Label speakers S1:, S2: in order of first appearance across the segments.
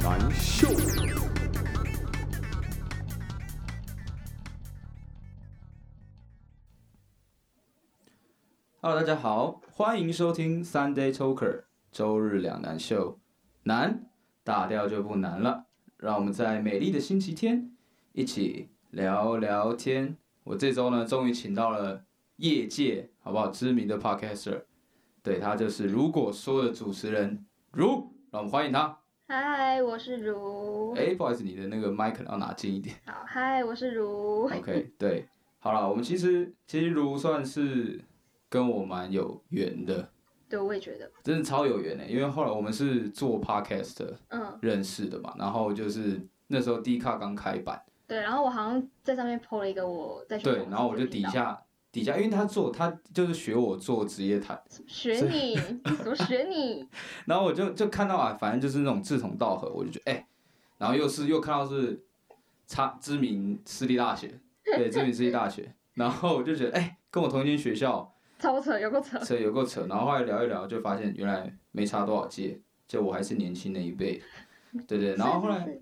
S1: 难秀。
S2: Hello，大家好，欢迎收听 Sunday Talker 周日两难秀，难打掉就不难了。让我们在美丽的星期天一起聊聊天。我这周呢，终于请到了业界好不好知名的 podcaster，对他就是如果说的主持人如，让我们欢迎他。
S3: 嗨，我是如。
S2: 哎，不好意思，你的那个麦可能要拿近一点。
S3: 好，嗨，我是如。
S2: OK，对，好了，我们其实其实如算是跟我蛮有缘的，
S3: 对，我也觉得，
S2: 真的超有缘的、因为后来我们是做 podcast 的
S3: 嗯，
S2: 认识的嘛，然后就是那时候 D 卡刚开版，
S3: 对。然后我好像在上面 PO 了一个啊我在学
S2: 对
S3: 什，么
S2: 然后我就
S3: 的频
S2: 底
S3: 道
S2: 下底下，因为他做他就是学我做职业台，
S3: 学你，怎么学你？
S2: 然后我就就看到啊，反正就是那种志同道合，我就觉得哎、然后又是又看到是差知名私立大学，对，知名私立大学，然后我就觉得哎、跟我同一间学校。
S3: 超扯，有够扯。
S2: 扯有够扯，然后后来聊一聊，就发现原来没差多少届，就我还是年轻的一辈，对对。然后后来
S3: 是，是是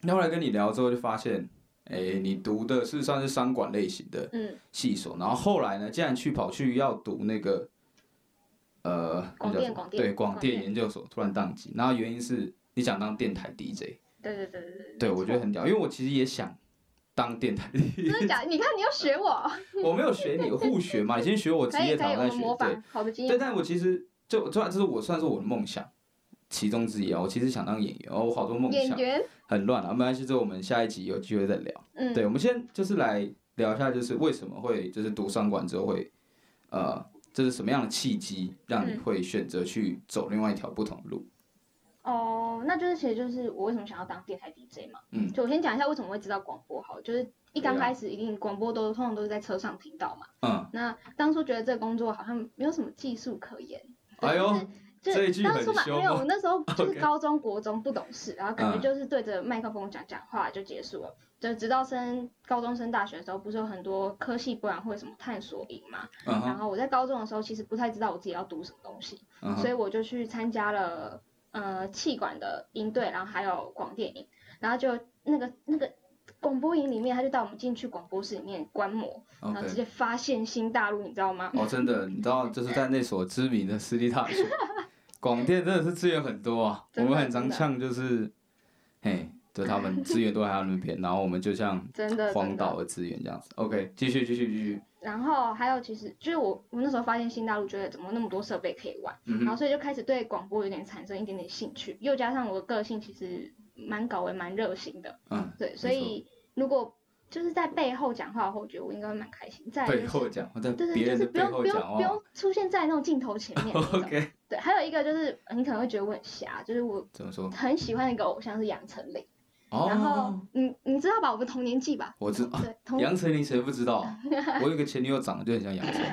S2: 那后来跟你聊之后，就发现，哎，你读的是算是商管类型的
S3: 嗯，
S2: 系所，然后后来呢，竟然去跑去要读那个，呃，那
S3: 广
S2: 叫
S3: 电
S2: 什么
S3: 广电
S2: 对广
S3: 广
S2: 电
S3: 电
S2: 研究所突然宕机，然后原因是你想当电台 DJ，
S3: 对对对对
S2: 对我觉得很屌，因为我其实也想当电台 DJ，
S3: 真的假的？你看，你要学我，
S2: 我没有学你互学嘛，你先学我职
S3: 可以
S2: 业
S3: 可以，
S2: 台，
S3: 我
S2: 我再
S3: 们
S2: 学
S3: 模
S2: 对。
S3: 仿好的经
S2: 对，
S3: 验。
S2: 但我其实就啊这这是我算是我的梦想其中之一啊。我其实想当演员，哦，我好多梦
S3: 演
S2: 想，
S3: 员，
S2: 很乱啊。没关系，这我们下一集有机会再聊。
S3: 嗯，
S2: 对，我们先就是来聊一下，就是为什么会就是读商管之后会，呃，这是什么样的契机让你
S3: 嗯
S2: 会选择去走另外一条不同的路？
S3: 哦，那就是其实就是我为什么想要当电台 DJ 嘛。
S2: 嗯
S3: 就我先讲一下为什么会知道广播好，就是一刚
S2: 对啊
S3: 开始一定广播都通常都是在车上听到嘛。
S2: 嗯，
S3: 那当初觉得这个工作好像没有什么技术可言，对
S2: 哎呦，
S3: 就
S2: 这一
S3: 是
S2: 句
S3: 当
S2: 很
S3: 初嘛，
S2: 凶
S3: 没有，
S2: 哦
S3: 我那 时候就是
S2: OK
S3: 高中、国中不懂事，然后感觉
S2: 嗯
S3: 就是对着麦克风讲讲话就结束了。就直到升高中升大学的时候，不是有很多科系博览会什么探索营嘛？
S2: 嗯
S3: 然
S2: 哼，
S3: 后我在高中的时候其实不太知道我自己要读什么东西，
S2: 嗯
S3: 所
S2: 哼，
S3: 以我就去参加了呃气管的营队，然后还有广电营，然后就那个那个广播营里面，他就带我们进去广播室里面观摩，然后直
S2: OK。
S3: 接发现新大陆，你知道吗？
S2: 哦，真的，你知道，就是在那所知名的私立大 学，广电真的是资源很多啊。我
S3: 真的
S2: 们很常
S3: 真的
S2: 呛就是，嘿，就他们资源都在他们那边，然后我们就像
S3: 真的，
S2: 荒
S3: 真的。
S2: 岛的资源这样子。OK，继续继续继续，
S3: 然后还有其实就是我我那时候发现新大陆觉得怎么那么多设备可以玩，
S2: 嗯
S3: 然
S2: 哼
S3: 后所以就开始对广播有点产生一点点兴趣，又加上我的个性其实蛮搞也蛮热心的，
S2: 嗯，
S3: 对，所以如果就是在背后讲话的话，我觉得我应该会蛮开心。在、就是、
S2: 背后讲，我在
S3: 对
S2: 别
S3: 对，就
S2: 人
S3: 是
S2: 的
S3: 不
S2: 背
S3: 用
S2: 后
S3: 不用
S2: 讲
S3: 不
S2: 话。
S3: 用出现在那种镜头前面那种。
S2: OK，
S3: 对，还有一个就是你可能会觉得我很瞎，就是我
S2: 怎么说？
S3: 很喜欢一个偶像是杨丞琳，然后
S2: 哦，
S3: 你你知道吧，我们同年纪吧，
S2: 我知道，哦
S3: 对，同
S2: 杨丞琳谁不知道？我有个前女友长得就很像杨丞琳，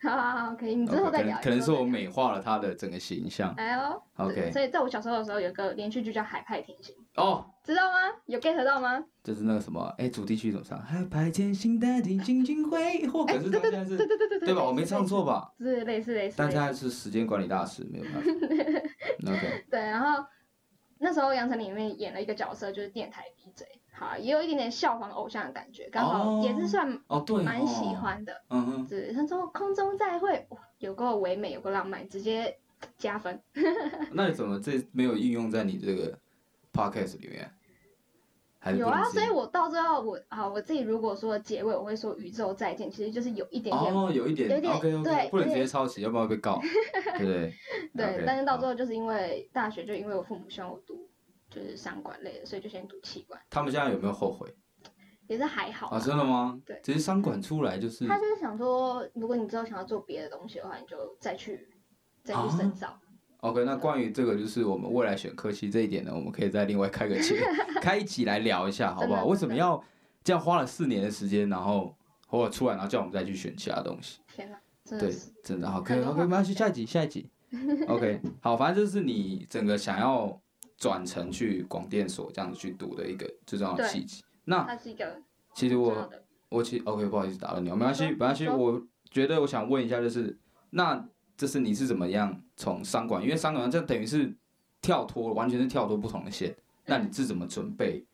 S3: 好好好，可以， 你之
S2: OK，
S3: 后再
S2: 可
S3: 聊
S2: 能，可能
S3: 你
S2: 是
S3: 之后再
S2: 我
S3: 聊
S2: 美化了她的整个形象。
S3: 哎呦
S2: OK
S3: 所以在我小时候的时候，有一个连续剧叫《海派甜心》，
S2: 哦，
S3: 知道吗？有 get 到吗？
S2: 就是那个什么，哎，主题曲怎么唱？海派甜心带你轻轻挥霍，可是他现在是
S3: 对对对对
S2: 对吧？我没唱，错吧？
S3: 是类似类似。
S2: 但
S3: 类似
S2: 他是时间管理大师，没有 办法。OK，
S3: 对，然后那时候杨丞琳里面演了一个角色，就是电台 DJ，好，也有一点点效仿偶像的感觉，刚好
S2: 哦
S3: 也是算
S2: 哦对哦，
S3: 蛮喜。欢的。
S2: 嗯哼，
S3: 对，他说空中再会，哇有够唯美，有够浪漫，直接加分。
S2: 那你怎么这没有应用在你这个 podcast 里面？还是
S3: 有
S2: 不能
S3: 啊，
S2: 直接
S3: 所以我到最后我好，我自己如果说结尾我会说宇宙再见，其实就是有一点点
S2: 哦，有一点
S3: 有一点
S2: OK
S3: 对
S2: OK，不能直接
S3: 有点
S2: 抄袭，要不然会被 告，对不对？
S3: 对
S2: 啊 OK，，
S3: 但是到
S2: 好
S3: 最后就是因为大学，就因为我父母希望我读就是商管类的，所以就先读气管，
S2: 他们现在有没有后悔
S3: 也是还好
S2: 啊？
S3: 啦。
S2: 真的吗？
S3: 对
S2: 只是商管出来就是
S3: 他就是想说，如果你之后想要做别的东西的话，你就再去再去
S2: 啊
S3: 深造。
S2: OK，那关于这个就是我们未来选科系这一点呢，我们可以再另外开 个节，开一集来聊一下，好不好？
S3: 真的
S2: 为什么要这样花了四年的时间，然后偶尔出来，然后叫我们再去选其他东西？
S3: 天哪，真
S2: 对
S3: 的是，
S2: 真的好，可以
S3: 很多
S2: OK，
S3: 话
S2: 没关系，下一集，下一集 OK，好，反正就是你整个想要转成去广电所这样子去读的一个最重要的
S3: 对
S2: 契机。那
S3: 它是一个
S2: 其实
S3: 重
S2: 我
S3: 要的。
S2: 我其 OK，不好意思打断你，哦没关系，
S3: 你
S2: 没
S3: 说
S2: 关系。
S3: 你说
S2: 我觉得我想问一下，就是那就是你是怎么样从商管，因为商管这等于是跳脱，完全是跳脱不同的线。那你是怎么准备？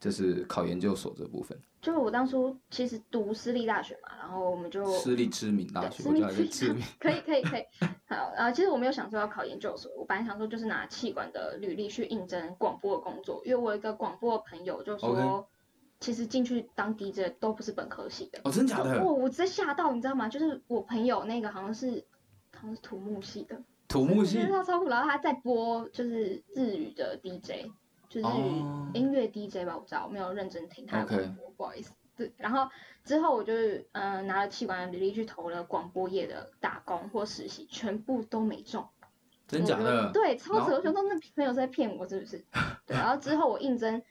S2: 就是考研究所这部分，
S3: 就是我当初其实读私立大学嘛，然后我们就
S2: 私立知名大学，
S3: 对
S2: 我叫是知
S3: 知名
S2: 名。
S3: 可以可以可以，好，呃，其实我没有想说要考研究所，我本来想说就是拿气管的履历去应征广播的工作，因为我有一个广播的朋友就说
S2: OK
S3: 其实进去当 DJ 都不是本科系的。
S2: 哦，真假
S3: 我
S2: 的？
S3: 我直接吓到，你知道吗？就是我朋友那个好像是好像是土木系的，
S2: 土木系
S3: 就是他超酷，然后他在播就是日语的 DJ，就是日语
S2: 哦
S3: 音乐 DJ 吧，我不知道，我没有认真听他的
S2: OK
S3: 广播不好意思。对，然后之后我就是嗯、呃拿了气管的履历去投了广播业的打工或实习，全部都没中。
S2: 真假
S3: 我就
S2: 的？
S3: 对，超
S2: 然后
S3: 扯！我想说那朋友是在骗我是不是？对，然后之后我应征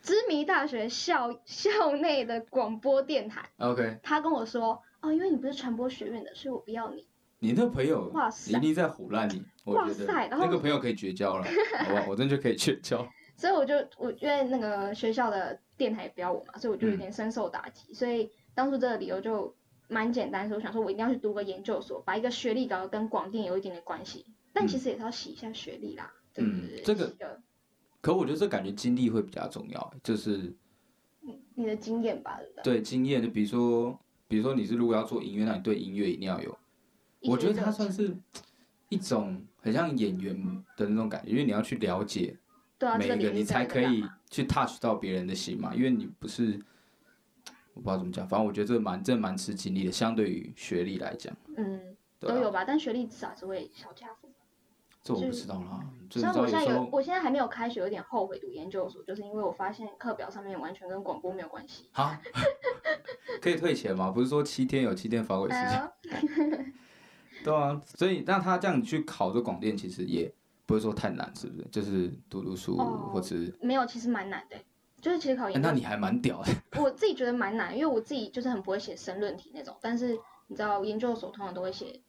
S3: 知名大学校校内的广播电台，
S2: OK，
S3: 他跟我说哦，因为你不是传播学院的，所以我不要你。
S2: 你那朋友
S3: 哇塞
S2: 一定在唬烂你，我
S3: 哇
S2: 觉得
S3: 塞然后
S2: 那个朋友可以绝交了，好不好？我真的就可以绝交。
S3: 所以我就我因为那个学校的电台也不要我嘛，所以我就有
S2: 嗯
S3: 点深受打击。所以当初这个理由就蛮简单，所以我想说我一定要去读个研究所，把一个学历搞得跟广电有一点点关系，但其实也是要洗一下学历啦。对
S2: 嗯
S3: 对对，
S2: 这个
S3: 洗个
S2: 可我觉得这感觉经历会比较重要，就是
S3: 你的经验吧，对不对？
S2: 对经验，就比如说，比如说你是如果要做音乐，那你对音乐一定要有。我觉得它算是一种很像演员的那种感觉，因为你要去了解
S3: 对啊，
S2: 每
S3: 这
S2: 一个，
S3: 领域
S2: 你才
S3: 在
S2: 可
S3: 干
S2: 以
S3: 嘛
S2: 去 touch 到别人的心嘛。因为你不是，我不知道怎么讲，反正我觉得这蛮这蛮吃精力的，相对于学历来讲，
S3: 嗯
S2: 对、
S3: 都
S2: 啊，
S3: 有吧，但学历至少是会小加分。
S2: 这我不知道啦。就
S3: 虽
S2: 是
S3: 然
S2: 知道
S3: 我
S2: 有
S3: 现在
S2: 时
S3: 有，
S2: 候
S3: 我现在还没有开学，有点后悔读研究所，就是因为我发现课表上面完全跟广播没有关系。
S2: 啊， 可以退钱吗？不是说七天有七天反悔时间？
S3: 哎呦
S2: 对啊，所以那他这样去考这广电，其实也不会说太难，是不是？就是读读书，
S3: 哦
S2: 或者、
S3: 没有，其实蛮难的、就是其实考
S2: 哎
S3: 研究
S2: 那你还蛮屌 的。
S3: 我自己觉得蛮难，因为我自己就是很不会写申论题那种，但是你知道研究所通常都会写，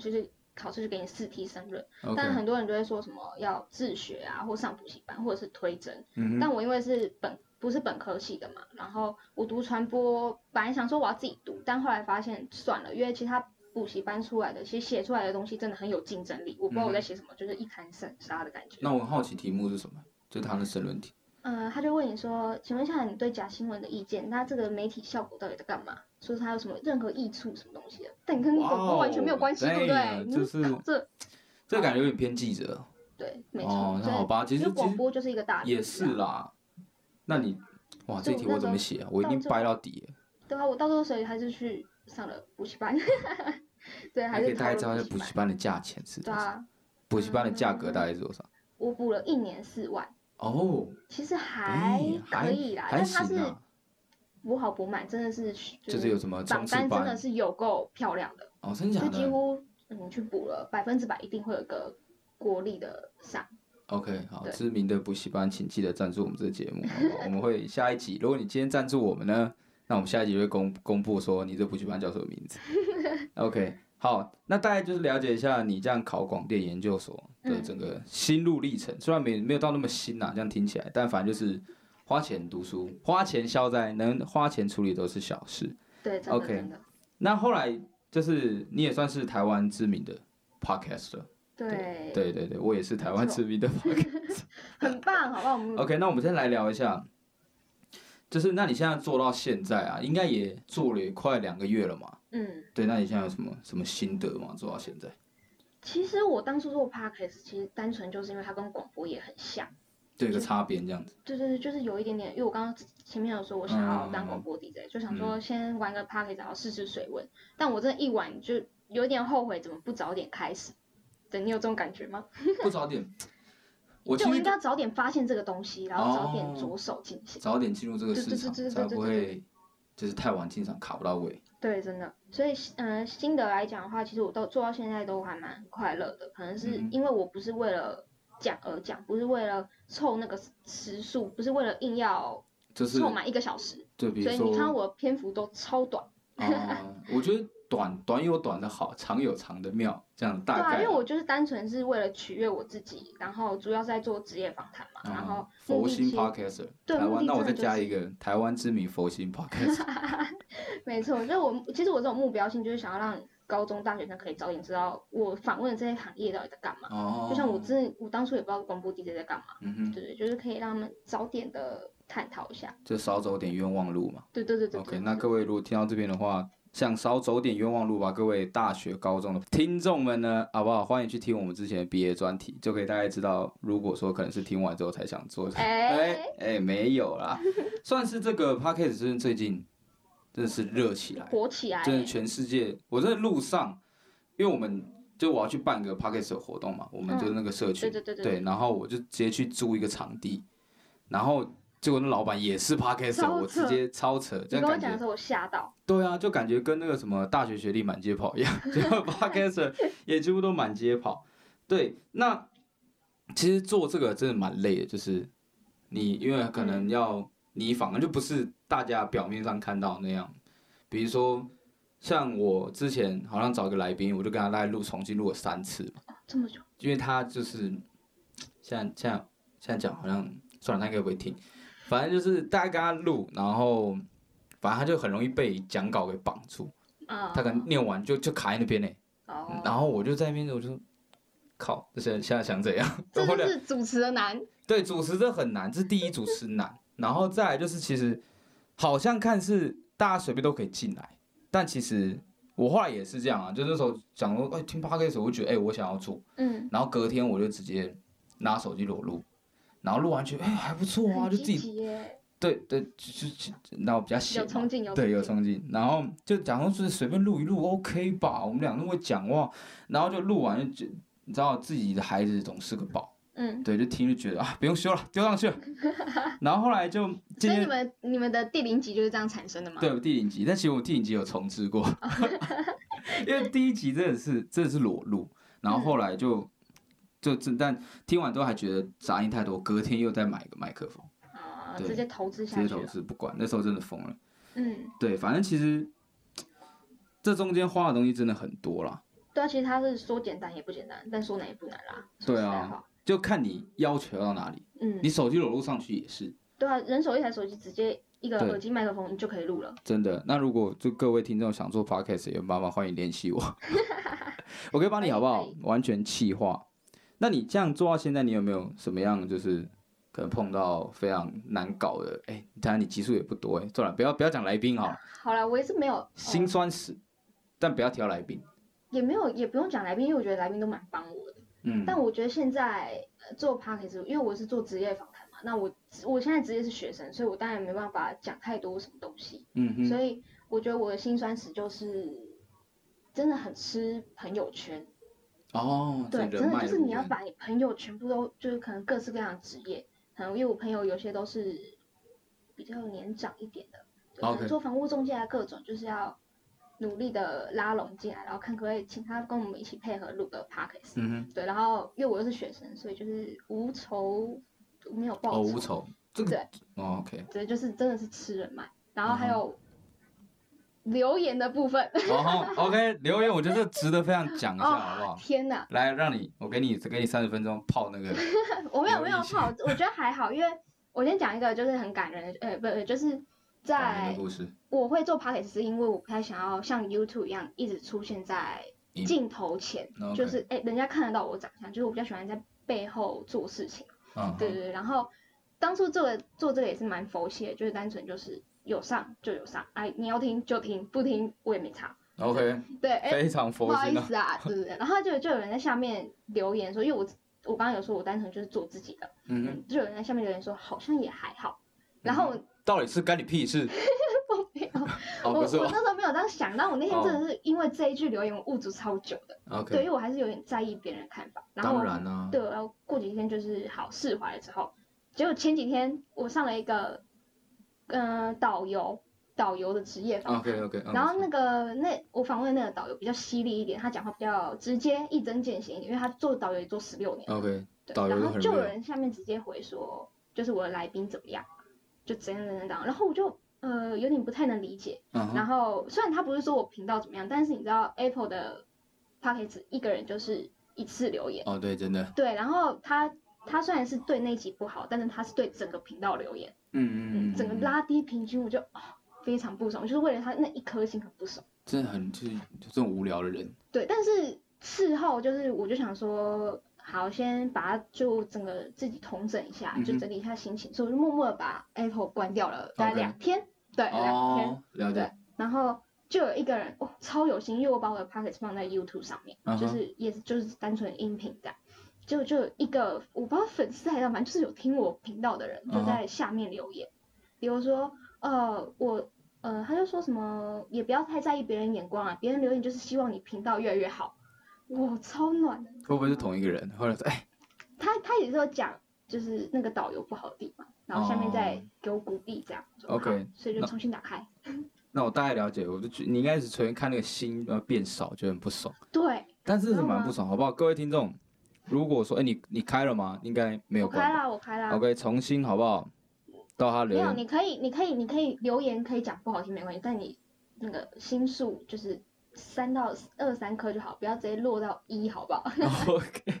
S3: 就是考试就给你四题申论，但
S2: OK，
S3: 很多人就会说什么要自学啊，或上补习班，或者是推甄。
S2: 嗯哼，
S3: 但我因为是本不是本科系的嘛，然后我读传播，本来想说我要自己读，但后来发现算了，因为其他补习班出来的，其实写出来的东西真的很有竞争力，我不知道我在写什么，就是一盘散沙的感觉。
S2: 嗯那我很好奇题目是什么？就他的申论题。
S3: 呃，他就问你说，请问一下你对假新闻的意见，那这个媒体效果到底在干嘛？说它有什么任何益处什么东西的？但你跟广播完全没有关系，
S2: 哇哦
S3: 对不
S2: 哎
S3: 对？你
S2: 就是
S3: 搞这
S2: 这个感觉有点偏记者
S3: 对，没错。
S2: 哦，那好吧，其
S3: 对，因
S2: 实
S3: 为
S2: 其
S3: 广
S2: 实
S3: 播就是一个大领域
S2: 也
S3: 啊
S2: 是啦。那你哇，这
S3: 就我
S2: 题
S3: 那
S2: 我怎么
S3: 时候
S2: 写啊？我一
S3: 到
S2: 定
S3: 这
S2: 掰到底耶，
S3: 对啊，我到时候所以还是去上了补习班，对，
S2: 还
S3: 还
S2: 可
S3: 是
S2: 以大概知
S3: 考
S2: 道
S3: 了
S2: 一下
S3: 补
S2: 补
S3: 习班
S2: 习。班的价钱是
S3: 对
S2: 多少，
S3: 啊，嗯
S2: 补习班的价格大概是多少？
S3: 我补了一年四万，
S2: 哦，
S3: 其实还
S2: 哎还
S3: 可以啦，
S2: 还
S3: 啊但它
S2: 行
S3: 是
S2: 啊，
S3: 补好补满，真的是
S2: 就是有什么冲
S3: 榜
S2: 刺
S3: 单真的
S2: 班
S3: 是有够漂亮的。
S2: 哦，真假
S3: 就几
S2: 的
S3: 乎嗯去补了百分之百，一定会有一个国力的上。
S2: ？OK，好，
S3: 嗯对
S2: 知名的补习班，请记得赞助我们这个节目，好 不好我们会下一集。如果你今天赞助我们呢，那我们下一集会公公布说你这补习班叫什么名 字。OK，好，那大概就是了解一下你这样考广电研究所的
S3: 嗯
S2: 整个心路历程，虽然没没有到那么新呐、啊这样听起来，但反正就是花钱读书，花钱消灾，能花钱处理都是小事。
S3: 对，真的
S2: OK
S3: 真的，
S2: 那后来就是你也算是台湾知名的 podcast 了。
S3: 对，
S2: 对对对，我也是台湾
S3: 没错
S2: 知名的
S3: 很棒，好不好？我们
S2: OK，那我们先来聊一下，就是那你现在做到现在啊，应该也做了也快两个月了嘛？
S3: 嗯，
S2: 对，那你现在有什么什么心得吗？做到现在？
S3: 其实我当初做 podcast，其实单纯就是因为它跟广播也很像，
S2: 对，有个擦边这样子。
S3: 对对对，就是有一点点，因为我刚刚前面有说我想
S2: 嗯
S3: 要当广播 DJ，就想说先玩个 podcast，然后试试水温。但我真的一玩就有点后悔，怎么不早点开始？对你有这种感觉吗？
S2: 不早 点，我
S3: 嗯就
S2: 其
S3: 我
S2: 实
S3: 应该要早点发现这个东西，然后早点
S2: 哦
S3: 着手进行。
S2: 早点进入这个
S3: 对
S2: 市
S3: 对
S2: 场，
S3: 对对对
S2: 才不
S3: 对对
S2: 会就是太晚进场卡不到位。
S3: 对，真的，所以嗯、呃，心得来讲的话，其实我都做到现在都还蛮快乐的。可能是
S2: 嗯哼
S3: 因为我不是为了讲而讲，不是为了凑那个时时数，不是为了硬要
S2: 就是
S3: 凑满一个小时，
S2: 就比
S3: 所
S2: 如
S3: 以你看
S2: 说，
S3: 我的篇幅都超短。
S2: 啊，我觉得短短有短的好，长有长的妙，这样
S3: 对
S2: 大
S3: 啊，
S2: 概
S3: 因为我就是单纯是为了取悦我自己，然后主要是在做职业访谈嘛，然后
S2: 啊
S3: 目
S2: 佛
S3: 的其
S2: 心
S3: 实
S2: podcaster，
S3: 对
S2: 台
S3: 目
S2: 湾，
S3: 的
S2: 那我再
S3: 真的就
S2: 加
S3: 是
S2: 一个台湾知名佛心 podcaster，
S3: 没错，就是我其实我这种目标性就是想要让高中、大学生可以早点知道我访问的这些行业到底在干嘛。
S2: 哦，
S3: 就像我之我当初也不知道广播 DJ 在干嘛，
S2: 嗯哼，
S3: 对对，就是可以让他们早点的探讨一下。
S2: 就少走点冤枉路嘛。
S3: 对对对对
S2: OK，
S3: 对。
S2: 那各位如果听到这边的话，想少走点冤枉路吧，各位大学、高中的听众们呢，好不好？欢迎去听我们之前的毕业专题，就可以大概知道，如果说可能是听完之后才想做的，
S3: 哎
S2: 哎哎，没有啦，算是这个 p a c k a g e 真的最近真的是热起来，
S3: 火起来、
S2: 真的全世界，我在路上，因为我们就我要去办个 p a c k a g e 的活动嘛，我们就是那个社群
S3: 嗯对，对对对
S2: 对，然后我就直接去租一个场地，然后结果那老板也是 p a c k a g e
S3: 超
S2: 我直
S3: 扯
S2: 接超扯，这
S3: 你跟
S2: 样
S3: 我
S2: 感
S3: 讲的
S2: 觉
S3: 时候，我吓到。
S2: 对啊，就感觉跟那个什么大学学历满街跑一样， 就 p o d c a 也几乎都满街跑。对，那其实做这个真的蛮累的，就是你因为可
S3: 嗯
S2: 能要你反而就不是大家表面上看到那样，比如说。像我之前好像找一个来宾，我就跟他大概录重新录了三次吧，
S3: 哦这么久，
S2: 因为他就是现在现在现在讲好像算了，他应该不会听，反正就是大家跟他录，然后反正他就很容易被讲稿给绑住，
S3: 啊、
S2: 他可能念完就就卡在那边嘞、欸
S3: 哦，
S2: 然后我就在那边，我就说靠，这现在现在想怎样？
S3: 这
S2: 我
S3: 就
S2: 俩
S3: 是主持的难，
S2: 对主持这很难，这第一主持难，然后再来就是其实好像看是大家随便都可以进来，但其实我后来也是这样啊，就那时候讲说，哎，听 p 克 d 时候，我就觉得哎、我想要做，
S3: 嗯，
S2: 然后隔天我就直接拿手机裸录，然后录完觉得哎、还不错啊，
S3: 很
S2: 就自
S3: 积
S2: 己
S3: 极耶，
S2: 对对，就就就那我比较闲
S3: 有
S2: 嘛，
S3: 冲劲，有
S2: 对，有
S3: 冲
S2: 冲劲。然后就假装是随便录一录，OK 吧？我们俩那么会讲话，然后就录完就觉你知道自己的孩子总是个宝，
S3: 劲，嗯。
S2: 对，就听就觉得啊，不用修了，丢上去了。 然后后来就今
S3: 所以你
S2: 天
S3: 们你们的第零集就是这样产生的吗？
S2: 对我第零集，但其实我第零集有重置 过，因为第一集真的是真的是裸露，然后后来就就真但听完之后还觉得杂音太多，隔天又再买一个麦克风，
S3: 啊，
S2: 对
S3: 直接投资
S2: 直接
S3: 下去
S2: 投
S3: 了。
S2: 资不管，那时候真的疯了。
S3: 嗯，
S2: 对，反正其实这中间花的东西真的很多啦，
S3: 对啊，其实它是说简单也不简单，但说难也不难啦。说
S2: 对啊
S3: 实在话，
S2: 就看你要求到哪里。
S3: 嗯
S2: 你，手机裸露上去也是
S3: 对啊，人手一台手机，直接一个
S2: 对
S3: 耳机麦克风你就可以录了。
S2: 真的。那如果就各位听众想做 podcast，也麻烦欢迎联系 我，我可以帮你好不好
S3: 可以？
S2: 完全气化。那你这样做到现在，你有没有什么样就是可能碰到非常难搞的？哎、当然你集数也不多哎、算了，不要不要讲来宾哈，
S3: 好啦，我也是没有，呃
S2: 心酸史，但不要提到来宾。
S3: 也没有，也不用讲来宾，因为我觉得来宾都蛮帮我的。
S2: 嗯，
S3: 但我觉得现在呃做 p a c k a g e 因为我是做职业访谈嘛，那我我现在职业是学生，所以我当然没办法讲太多什么东西，
S2: 嗯哼，
S3: 所以我觉得我的辛酸史就是真的很吃朋友圈，
S2: 哦，这
S3: 对，
S2: 人
S3: 真的
S2: 脉
S3: 就
S2: 的
S3: 是
S2: 部
S3: 你要
S2: 分
S3: 把你朋友全部都就是可能各式各样的职业，可能因为我朋友有些都是比较年长一点的，对可
S2: OK
S3: 能做房屋中介啊各种就是要努力的拉拢进来，然后看可不可以请他跟我们一起配合录个 p a c k a g e
S2: 嗯哼，
S3: 对，然后因为我又是学生，所以就是无仇，没有报
S2: 哦，
S3: 仇，
S2: 无仇，这个
S3: 对
S2: 哦，OK，
S3: 对，就是真的是吃人脉。然后还
S2: 嗯哼
S3: 有留言的部分，
S2: 然后哦 OK 留言，我觉得这值得非常讲
S3: 哦
S2: 一下，好不好？
S3: 天哪，
S2: 来，让你，我给你，给你三十分钟泡那个，
S3: 我没有
S2: 留
S3: 没有
S2: 一些
S3: 泡，我觉得还好，因为我先讲一个就是很感人的，呃，不，呃就是
S2: 讲你的
S3: 在
S2: 故事，
S3: 我会做 p o c k e t 是因为我不太想要像 YouTube 一样一直出现在
S2: 荧
S3: 镜头前，
S2: OK 嗯
S3: 就是哎、人家看得到我长相，就是我比较喜欢在背后做事情。
S2: 嗯，
S3: 对对，对，然后当初做的做这个也是蛮佛系的，就是单纯就是有上就有上，哎，你要听就听，不听我也没差。
S2: ，OK，
S3: 对，哎，
S2: 非常
S3: 不
S2: 佛
S3: 好
S2: 心
S3: 意
S2: 啊，
S3: 思啊，对对对。然后就就有人在下面留言说，因为我我刚刚有说我单纯就是做自己的，
S2: 嗯哼，
S3: 就有人在下面留言说好像也还好。然后我、
S2: 到底是干你屁 事？
S3: 我没有，
S2: 哦，
S3: 我
S2: 不是
S3: 我
S2: 我
S3: 那时候没有这样想，但我那天
S2: 哦
S3: 真的是因为这一句留言我捂足超久的，
S2: ，OK，
S3: 对，因为我还是有点在意别人的看法。然后
S2: 当然啊啦，
S3: 对，然后过几天就是好释怀了之后，结果前几天我上了一个，呃，导游导游的职业访谈
S2: OK OK，
S3: 然后那个那我访问的那个导游比较犀利一点，他讲话比较直接，一针见血一点，因为他做导游也做十六年了，
S2: 嗯 OK，
S3: 对，
S2: 导游
S3: 然
S2: 都
S3: 后
S2: 很
S3: 就有
S2: real
S3: 人下面直接回说，就是我的来宾怎么样，就怎样怎样怎样，然后我就呃有点不太能理解，
S2: 嗯
S3: 然
S2: 哼，
S3: 后虽然他不是说我频道怎么样，但是你知道 Apple 的 p a c k a g e 一个人就是一次留言。
S2: 哦，对，真的，
S3: 对，然后他他虽然是对那集不好，但是他是对整个频道留言，
S2: 嗯嗯嗯，
S3: 整个拉低平均，我就、哦、非常不爽，就是为了他那一颗心很不爽。
S2: 真的很就是这种无聊的人，
S3: 对，但是事后就是我就想说，好，先把它就整个自己统整一下，
S2: 嗯
S3: 就
S2: 哼
S3: 整理一下心情，所以我就默默的把 Apple 关掉了，大概
S2: OK
S3: 两天对，两天，
S2: 哦，了
S3: 对
S2: 解，，
S3: 然后就有一个人哦，超有心，因为我把我的 p o c k e t 放在 YouTube 上面
S2: 嗯哼
S3: 就是也是就是单纯音频的，就就有一个我不知道粉丝还是反正就是有听我频道的人
S2: 嗯
S3: 就
S2: 哼
S3: 在下面留言，比如说呃我呃他就说什么也不要太在意别人眼光啊，别人留言就是希望你频道越来越好，哇超暖的，
S2: 会不会是同一个人？后来说哎，
S3: 他他也是有讲就是那个导游不好的地方，然后下面再
S2: 哦
S3: 给我鼓励这样就
S2: OK，
S3: 好所以就
S2: 那
S3: 重新打开，
S2: 那我大概了解，我就觉你应该是昨天看那个心呃变少，觉得很不爽，
S3: 对，
S2: 但是
S3: 然
S2: 是
S3: 后
S2: 蛮
S3: 吗
S2: 不爽，好不好？各位听众，如果说哎你你开了吗？应该没有
S3: 我开
S2: 关吧
S3: 啦我开啦。
S2: ，OK，重新好不好？到他留
S3: 没有，
S2: 言，
S3: 你可以，你可以，你可以留言，可以讲不好听没关系，但你那个心数就是三到二三颗就好，不要直接落到一，好不好？
S2: OK，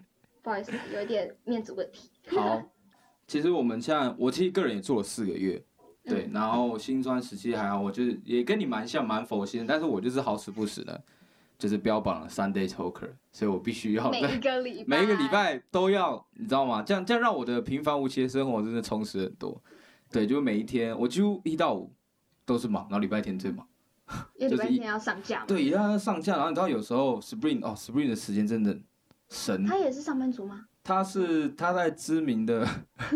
S3: 不好意思，有一点面子问题。
S2: 好， 其实我们现在，我其实个人也做了四个月，
S3: 嗯
S2: 对，然后新专时期还好，我就是也跟你蛮像，蛮佛心的，但是我就是好死不死的，就是标榜了 Sunday Talker，所以我必须要
S3: 每
S2: 在
S3: 一个礼 拜，
S2: 每一个礼，拜都要，你知道吗？这样这样让我的平凡无奇的生活真的充实很多。对，就是每一天，我几乎一到五都是忙，然后礼拜天最忙。
S3: 因为礼拜
S2: 就是一
S3: 天要上架嘛。
S2: 对，一定要上架，然后你知道有时候 Spring 哦，Spring 的时间真的神
S3: 他也是上班族 吗？
S2: 他是他在知名的，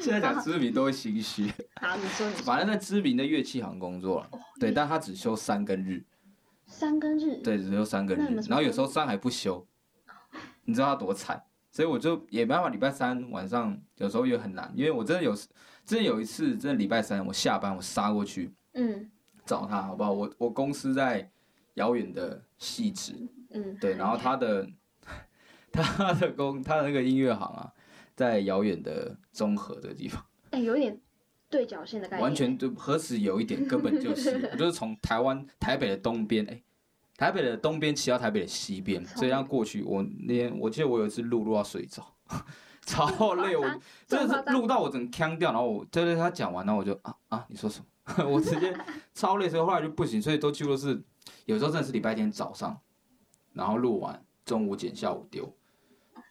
S2: 现在讲知名都会心虚。
S3: 好，你说你说，
S2: 反正在知名的乐器行工作
S3: 哦
S2: 了，对，但他只休三更日，
S3: 三更日，
S2: 对，只休三更
S3: 那你
S2: 日
S3: 们，什么
S2: 然后有时候三还不休，你知道他多惨，所以我就也没办法，礼拜三晚上有时候也很难，因为我真的有，真的有一次，真的礼拜三我下班我杀过去
S3: 嗯
S2: 找他，好不好？我我公司在遥远的细致，
S3: 嗯，
S2: 对，然后他的他的工他的那个音乐行啊，在遥远的中和的地方，
S3: 哎，有一点对角线的概念，
S2: 完全就何止有一点，根本就是，我就是从台湾台北的东边，哎、台北的东边骑到台北的西边，
S3: 超
S2: 所以要过去，我那天我记得我有一次录录到睡着， 超累，我 真
S3: 这么夸
S2: 的
S3: 张
S2: 是录到我整个腔掉，然后我对对他讲完，然后我就啊啊，你说什么？ 我直接超累，所以后来就不行，所以都几乎都是有时候真的是礼拜天早上，然后录完中午剪，下午丢，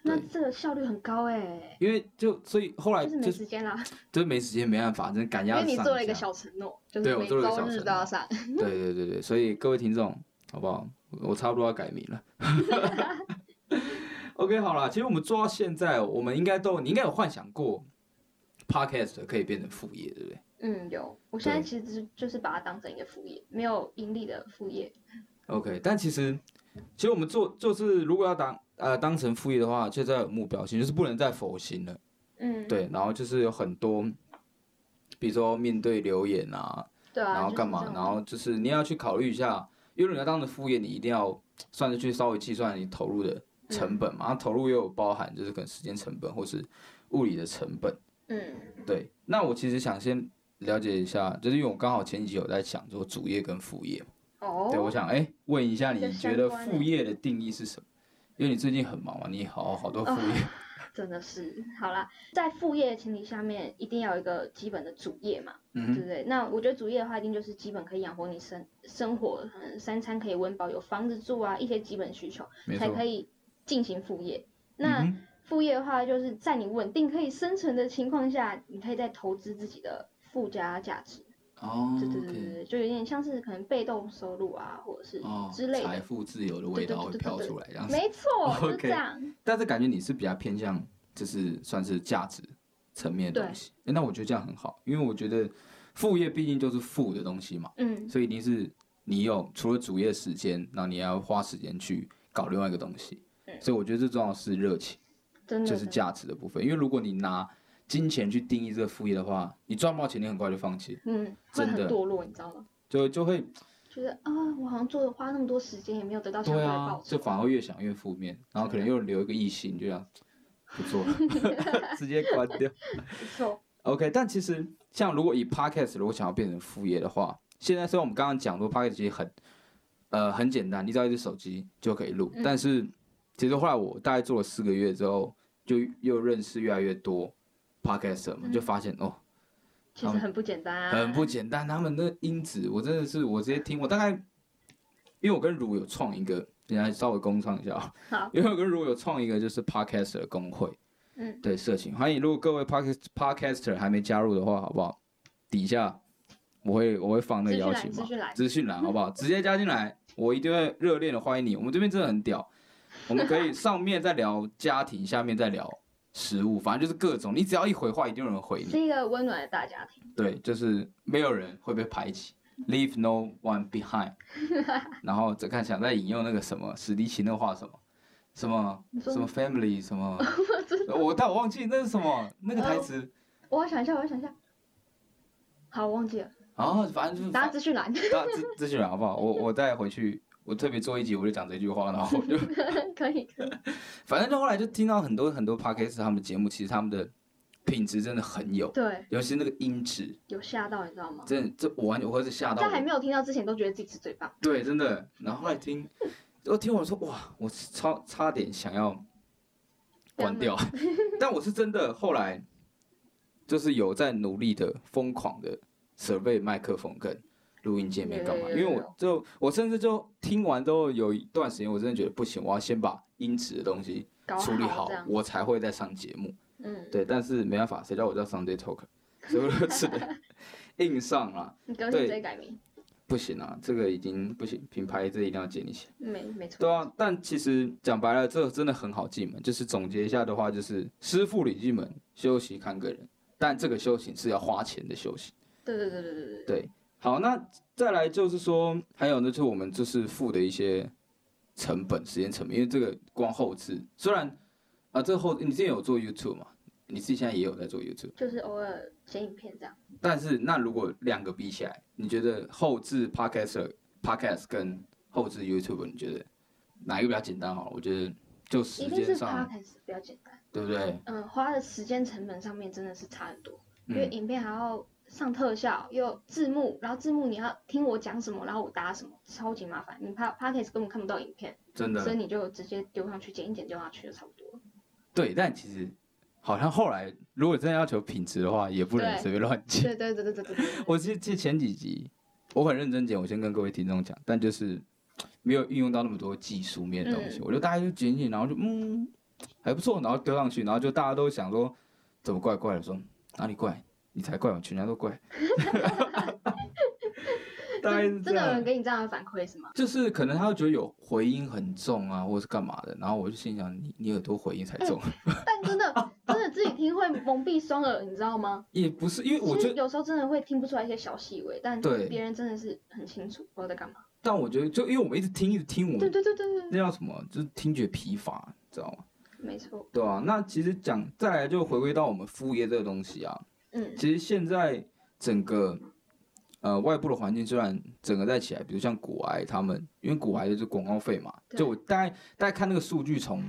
S3: 那
S2: 对
S3: 这个效率很高哎，
S2: 因为就所以后来就
S3: 就是没
S2: 是
S3: 时间啦，
S2: 就是没时间没办法，真的赶
S3: 因
S2: 鸭
S3: 为
S2: 子
S3: 你
S2: 上
S3: 做了一个
S2: 架
S3: 小承诺，就
S2: 对
S3: 是
S2: 我
S3: 每
S2: 做了一个
S3: 周
S2: 小
S3: 日
S2: 承
S3: 都要上，
S2: 对对对对，所以各位听众，好不好？我我差不多要改名了。OK，好啦，其实我们做到现在，我们应该都你应该有幻想过，Podcast 可以变成副业，对不对
S3: 嗯，有。我现在
S2: 对
S3: 其实就是把它当成一个副业，没有盈利的副业。
S2: ？OK，但其实其实我们做就是如果要当呃当成副业的话，就在有目标性，就是不能再佛心了。
S3: 嗯，
S2: 对，然后就是有很多，比如说面对留言啊，
S3: 对啊。
S2: 然后
S3: 就是
S2: 干嘛
S3: 这？种
S2: 然后就是你要去考虑一下，因为你要当成副业，你一定要算是去稍微计算你投入的
S3: 嗯
S2: 成本嘛。然后投入又有包含就是可能时间成本或是物理的成本。
S3: 嗯
S2: 对，那我其实想先了解一下，就是因为我刚好前几集有在讲说主业跟副业嘛。
S3: 哦，
S2: 对，我想哎、问一下
S3: 这
S2: 你
S3: 相
S2: 觉得
S3: 关
S2: 副
S3: 欸
S2: 业的定义是什么？因为你最近很忙嘛，你好好多副业。
S3: 哦真的是好啦，在副业的前提下面，一定要有一个基本的主业嘛，对
S2: 嗯
S3: 不对？那我觉得主业的话，一定就是基本可以养活你生生活，嗯，三餐可以温饱，有房子住啊，一些基本需求
S2: 哼，没
S3: 才
S2: 错
S3: 可。以进行副业。那、
S2: 嗯哼
S3: 副业的话，就是在你稳定可以生存的情况下，你可以再投资自己的附加价值。
S2: 哦
S3: 对对对对
S2: ，OK，
S3: 对，就有点像是可能被动收入啊，或者是
S2: 哦，
S3: 之类
S2: 财
S3: 的。
S2: 富自由的
S3: 对
S2: 味
S3: 对
S2: 道
S3: 对
S2: 会
S3: 对
S2: 飘
S3: 对
S2: 出来，这样子。
S3: 没错，就是
S2: OK
S3: 这样。
S2: 但是感觉你是比较偏向，就是算是价值层面的东西、诶那我觉得这样很好，因为我觉得副业毕竟就是副的东西嘛，
S3: 嗯，
S2: 所以一定是你有除了主业时间，然后你还要花时间去搞另外一个东西。
S3: 嗯
S2: 所以我觉得最重要的是热情，
S3: 真的
S2: 就是
S3: 真的
S2: 价值的部分。因为如果你拿金钱去定义这个副业的话，你赚不到钱，你很快就放弃，
S3: 嗯，会
S2: 真
S3: 很
S2: 的
S3: 堕落，你知道吗？
S2: 就就会
S3: 就是啊，我好像做花那么多时间，也没有得到相
S2: 对
S3: 对的
S2: 啊
S3: 报，酬。
S2: 就反而越想越负面，然后可能又留一个异性，就这样不做了，直接关掉。
S3: 没错，
S2: OK，但其实像如果以 Podcast 如果想要变成副业的话，现在虽然我们刚刚讲说 Podcast 其实很呃很简单，你只要一只手机就可以录，
S3: 嗯
S2: 但是其实后来我大概做了四个月之后，就又认识越来越多 Podcaster 嘛，
S3: 嗯
S2: 就发现哦
S3: 其实很不简单啊。
S2: 很不简单，他们的音质我真的是我直接听，我大概因为我跟如有创一个，等一下稍微工商一下啊，
S3: 好，
S2: 因为我跟如有创一个就是 podcast 的工会，
S3: 嗯，
S2: 对社群，欢迎如果各位 podcast podcaster 还没加入的话，好不好？底下我会我会放那
S3: 资
S2: 个
S3: 讯
S2: 邀
S3: 栏，
S2: 请
S3: 资
S2: 嘛，
S3: 讯栏，
S2: 资讯栏好 不好？直接加进来，我一定会热烈的欢迎你。我们这边真的很屌，我们可以上面再聊家庭，下面再聊食物，反正就是各种，你只要一回话，一定有人回你。
S3: 是一个温暖的大家庭。
S2: 对，就是没有人会被排挤，leave no one behind。然后再看想再引用那个什么史迪奇那话什么什么
S3: 你说
S2: 什么 family 什么，呃我但我忘记那是什么那个台词。
S3: 我要想一下，我要想一下。好，我忘记了，
S2: 然后啊反正就是
S3: 大家资讯栏。
S2: 大家咨咨询人好不好？我我再回去，我特别做一集，我就讲这句话，然后我就
S3: 可以，可以，
S2: 反正就后来就听到很多很多 podcast 他们的节目，其实他们的品质真的很有，
S3: 对，
S2: 尤其是那个音质，
S3: 有吓到你知道吗？
S2: 真的这我完全我会是吓到
S3: 在还
S2: 我，
S3: 没有听到之前都觉得自己是最棒，
S2: 对，真的。然后后来听，我听我说哇，我超差点想要关掉， 但我是真的后来就是有在努力的疯狂的 survey 麦克风跟。录音界面干嘛？
S3: 有有
S2: 因
S3: 有
S2: 为
S3: 有
S2: 我就我甚至就听完之后有一段时间，我真的觉得不行，我要先把音质的东西
S3: 搞
S2: 处理
S3: 好
S2: 好
S3: 这，样，
S2: 我才会再上节目。
S3: 嗯，
S2: 对，但是没办法，谁叫我叫 Sunday Talk，所以我就只能 硬上了。
S3: 你歌
S2: 对
S3: 星直接改名，
S2: 不行啊，这个已经不行，品牌这一定要建立起来。
S3: 没没错，
S2: 对啊，但其实讲白了，这个真的很好进门。就是总结一下的话，就是师傅领进门，修行看个人。但这个修行是要花钱的修行。
S3: 对对对对对对对，
S2: 对，好，那再来就是说，还有呢，就是我们就是付的一些成本、时间成本，因为这个光后置，虽然啊，这后你之前有做 YouTube 嘛，你自己现在也有在做 YouTube，
S3: 就是偶尔剪影片这样，
S2: 但是那如果两个比起来，你觉得后置 Podcast、Podcast 跟后置 YouTube，你觉得哪一个比较简单？好了，我觉得就时
S3: 一定是
S2: 间上，啊
S3: podcast 比较简单，
S2: 对不对？
S3: 嗯，花的时间成本上面真的是差很多，因为
S2: 嗯，
S3: 影片还要上特效，又有字幕，然后字幕你要听我讲什么，然后我答什么，超级麻烦，你怕 podcast 根本看不到影片，
S2: 真的
S3: 所以你就直接丢上去剪一剪丢上去就差不多 了，
S2: 对，但其实好像后来如果真的要求品质的话，也不能
S3: 对
S2: 随便乱剪。
S3: 对对对对对对对，
S2: 我记记前几集，我很认真剪，我先跟各位听众讲，但就是没有运用到那么多技术面的东西，
S3: 嗯
S2: 我就大家就剪剪，然后就嗯还不错，然后丢上去，然后就大家都想说怎么怪怪的，说哪里怪，你才怪，我全家都 怪，大概是这
S3: 真真的有人
S2: 样。
S3: 给你这样的反馈是吗？
S2: 就是可能他会觉得有回音很重啊，或者是干嘛的，然后我就心想你你耳朵回音才
S3: 嗯
S2: 重，
S3: 但真的真的自己听会蒙蔽双耳，你知道吗？
S2: 也不是因为我
S3: 其
S2: 觉
S3: 实
S2: 得，
S3: 有时候真的会听不出来一些小细微，但
S2: 对
S3: 别人真的是很清楚我在干嘛。
S2: 但我觉得就因为我们一直听一直听，我
S3: 对
S2: 们
S3: 对对对对，
S2: 那叫什么，就是听觉疲乏，你知道吗？
S3: 没错，
S2: 对啊，那其实讲再来就回归到我们副业这个东西啊，
S3: 嗯，
S2: 其实现在整个呃外部的环境虽然整个在起来，比如像古癌他们，因为古癌就是广告费嘛，
S3: 对
S2: 就我大概大概看那个数据从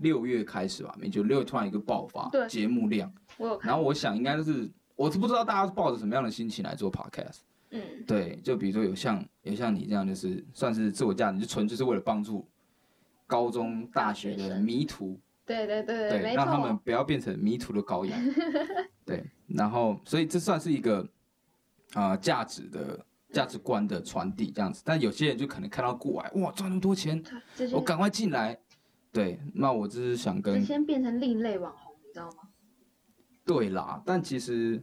S2: 六月开始吧，每九六月突然一个爆发
S3: 对
S2: 节目量，
S3: 我有看，
S2: 然后我想应该就是我是不知道大家是抱着什么样的心情来做 podcast，
S3: 嗯，
S2: 对，就比如说有像有像你这样就是算是自我价值，就纯粹是为了帮助高中大学
S3: 大学
S2: 的
S3: 生
S2: 迷途。
S3: 对对对
S2: 对，
S3: 没
S2: 让他们
S3: 错，
S2: 不要变成迷途的羔 羊。对，然后所以这算是一个啊价、值的价值观的传递这样子。但有些人就可能看到过来，哇，赚那么多钱，
S3: 直接
S2: 我赶快进来。对，那我只是想
S3: 直
S2: 跟
S3: 接变成另类网红，你知道吗？
S2: 对啦，但其实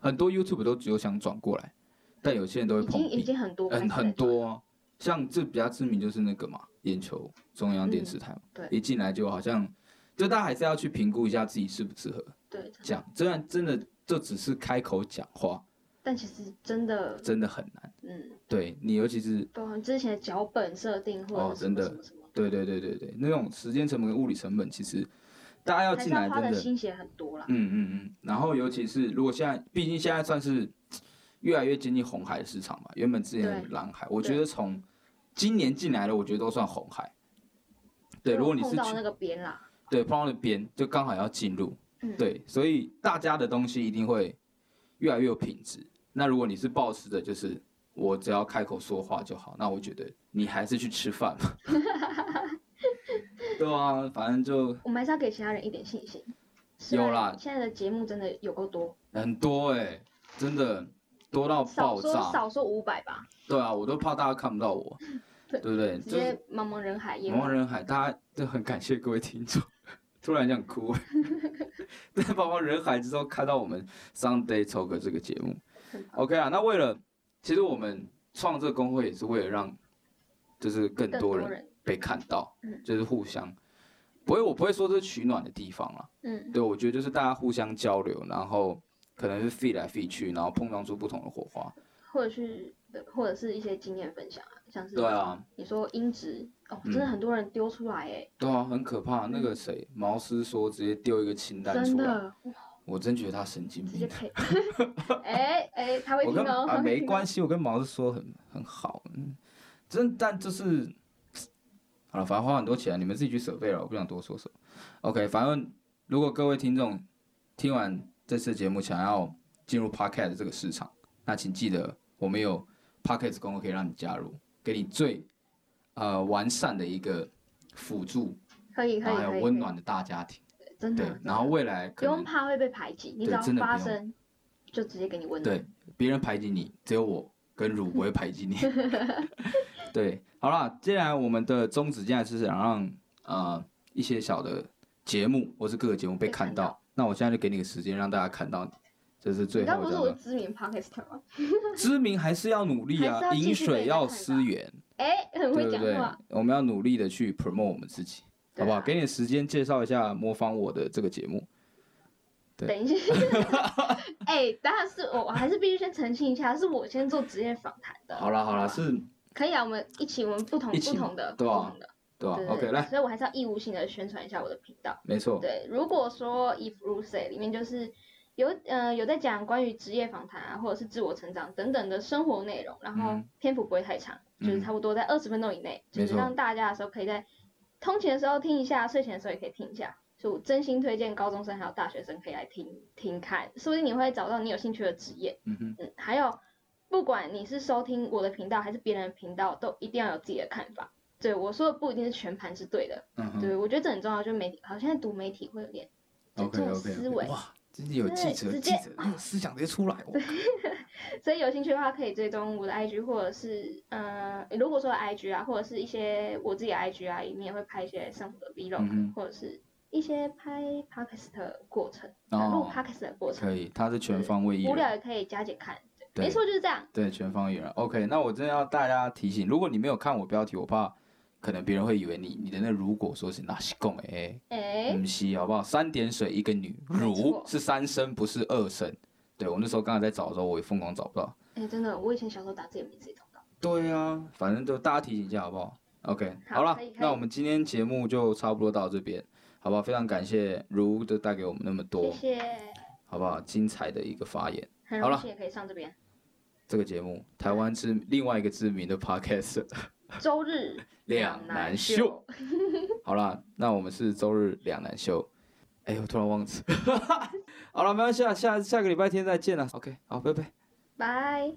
S2: 很多 YouTube 都只有想转过来，但有些人都会
S3: 已
S2: 碰
S3: 经已
S2: 壁，
S3: 经很多开
S2: 嗯，
S3: 始在
S2: 很多哦、像这比较知名就是那个嘛，眼球中央电视台嘛，
S3: 嗯对
S2: 一进来就好像，就大家还是要去评估一下自己适不适合。
S3: 对，真的
S2: 讲，虽然真的就只是开口讲话，
S3: 但其实真的，
S2: 真的很难。
S3: 嗯，
S2: 对你，尤其是
S3: 包含之前的脚本设定或
S2: 哦
S3: 者是什
S2: 真
S3: 么
S2: 的
S3: 什么什么，
S2: 对对对对对，那种时间成本跟物理成本，其实大家要
S3: 还是
S2: 进
S3: 要
S2: 来
S3: 花
S2: 真
S3: 的
S2: 的，
S3: 心血很多啦。
S2: 嗯嗯嗯。然后尤其是如果现在，毕竟现在算是嘖越来越接近红海的市场吧，原本之前
S3: 对
S2: 很蓝海，我觉
S3: 对
S2: 得从今年进来的，我觉得都算红海。对，如果你
S3: 碰
S2: 是
S3: 到
S2: 去
S3: 那个边啦，
S2: 对碰到那边，就刚好要进入，
S3: 嗯，
S2: 对，所以大家的东西一定会越来越有品质。那如果你是抱持的，就是我只要开口说话就好，那我觉得你还是去吃饭 吧。对啊，反正就
S3: 我们还是要给其他人一点信心。虽
S2: 有
S3: 然
S2: 啦
S3: 现在的节目真的有够多，
S2: 很多哎、真的多到
S3: 少
S2: 哦爆
S3: 说
S2: 炸。
S3: 少说五百吧。
S2: 对啊，我都怕大家看不到我。
S3: 对
S2: 对不对？就
S3: 直
S2: 是
S3: 接茫茫人海淹
S2: 茫茫
S3: 没。
S2: 人海，大家都很感谢各位听众。 突然想哭， 在茫茫人海之中看到我们 Sunday Talk 这个节目
S3: 很棒
S2: ，OK 啊。那为了，其实我们创这个工会也是为了让，就是更
S3: 更
S2: 多人
S3: 人，
S2: 被看到，
S3: 嗯
S2: 就是互相，不会，我不会说这是取暖的地方啦。
S3: 嗯，
S2: 对，我觉得就是大家互相交流，然后可能是 feed 来 feed 去，然后碰撞出不同的火花。
S3: 或者是对或者是一些经验分享啊，像是
S2: 对啊，
S3: 你说音质哦，
S2: 嗯
S3: 真的很多人丢出来哎，
S2: 对啊，很可怕。那个谁，毛师说直接丢一个清单
S3: 嗯
S2: 啊
S3: 真
S2: 出来，
S3: 的
S2: 我真觉得他神经
S3: 直接
S2: 病。
S3: 赔。哎哎，他会
S2: 我
S3: 听
S2: 跟
S3: 哦，
S2: 啊没关
S3: 系，
S2: 系，我跟毛师说很很好，嗯，真但就是，好了，反正花很多钱，啊你们自己去舍备了，我不想多说什么。OK，反正如果各位听众听完这次节目，想要进入 Podcast 这个市场，那请记得我们有 Podcast 公会可以让你加入，给你最呃完善的一个辅助，
S3: 可以可
S2: 然后
S3: 以
S2: 还
S3: 可
S2: 有
S3: 以，
S2: 啊温暖的大家庭。
S3: 可以，真的
S2: 对，，然后未来
S3: 不
S2: 可
S3: 用
S2: 能
S3: 怕会被排挤，你只
S2: 对
S3: 要
S2: 真的不
S3: 发
S2: 用
S3: 声，就直接给你温暖。
S2: 对，别人排挤你，只有我跟汝不会排 挤你。 对，好啦，既然我们的宗旨现在是想让呃一些小的节目或是各个节目被
S3: 被
S2: 看
S3: 看
S2: 到，
S3: 到
S2: 那我现在就给你个时间让大家看到你，这是
S3: 你
S2: 最
S3: 刚
S2: 后
S3: 不
S2: 的
S3: 是
S2: 这
S3: 我
S2: 样
S3: 知名 podcast 吗？
S2: 的。知名还是要努力
S3: 还是
S2: 啊，
S3: 要继
S2: 饮
S3: 续被
S2: 水
S3: 人家
S2: 要
S3: 看到
S2: 思源，
S3: 哎，
S2: 对
S3: 很会
S2: 不
S3: 讲
S2: 对
S3: 话，？
S2: 我们要努力的去 promote 我们自己，
S3: 对
S2: 好不好？
S3: 啊
S2: 给你时间介绍一下《模仿我》的这个节目。对
S3: 等一下， 哎，当然是我，我还是必须先澄清一下，是我先做职业访谈的。
S2: 好啦好啦，是，
S3: 可以啊，我们一起，我们不同
S2: 一起
S3: 不
S2: 嘛
S3: 同的，
S2: 对啊
S3: 不同的，
S2: 对吧
S3: 对对
S2: ？OK，
S3: 对
S2: 来，
S3: 所以我还是要义务性的宣传一下我的频道。
S2: 没错，
S3: 对，如果说 If Ruse 里面就是有呃有在讲关于职业访谈啊，或者是自我成长等等的生活内容，然后
S2: 嗯
S3: 篇幅不会太长，就是
S2: 嗯
S3: 差不多在二十分钟以内，
S2: 没
S3: 就是
S2: 错
S3: 让大家的时候可以在通勤的时候听一下，睡前的时候也可以听一下。所以我真心推荐高中生还有大学生可以来听听看，说不定你会找到你有兴趣的职业。
S2: 嗯哼，
S3: 嗯，还有，不管你是收听我的频道还是别人的频道，都一定要有自己的看法。对我说的不一定是全盘是对的，
S2: 嗯哼。
S3: 对我觉得这很重要。就媒体，好像在读媒体会有点这
S2: OK
S3: 种
S2: OK，
S3: 思维，
S2: 哇，真的有记
S3: 对
S2: 者
S3: 直
S2: 记
S3: 接
S2: 者那种思想直接出来哦。
S3: 所以有兴趣的话可以追踪我的 IG 或者是呃，如果说 IG 啊，或者是一些我自己的 IG 啊，里面也会拍一些生活的 vlog，、
S2: 嗯
S3: 或者是一些拍 podcast 的过程，呃
S2: 哦
S3: 录 podcast 的过程，
S2: 可以，他是全方位艺
S3: 无聊
S2: 人，
S3: 也可以加减看。
S2: 对
S3: 没错，就是这样。
S2: 对，全方位艺人。OK，那我真的要大家提醒，如果你没有看我标题，我怕可能别人会以为你你的那如果说是哪西贡哎，
S3: 哎、
S2: 唔西好不好？三点水一个女，
S3: 没
S2: 如
S3: 错
S2: 是三声不是二声。对我那时候刚才在找的时候，我也疯狂找不到。
S3: 哎、真的，我以前小时候打字也没自己通道。
S2: 对啊，反正就大家提醒一下好不好？OK，
S3: 好
S2: 了
S3: 可以可，以
S2: 那我们今天节目就差不多到这边，好不好？非常感谢如的带给我们那么多。
S3: 谢谢，
S2: 好不好？精彩的一个发言。
S3: 很
S2: 好
S3: 荣
S2: 了
S3: 幸也可以上这边。
S2: 这个节目，台湾知另外一个知名的 podcast
S3: 周日
S2: 两难秀。好啦，那我们是周日两难秀。哎，我突然忘记。好了，没关系啊，下下个礼拜天再见了。OK，好，拜拜。
S3: 拜。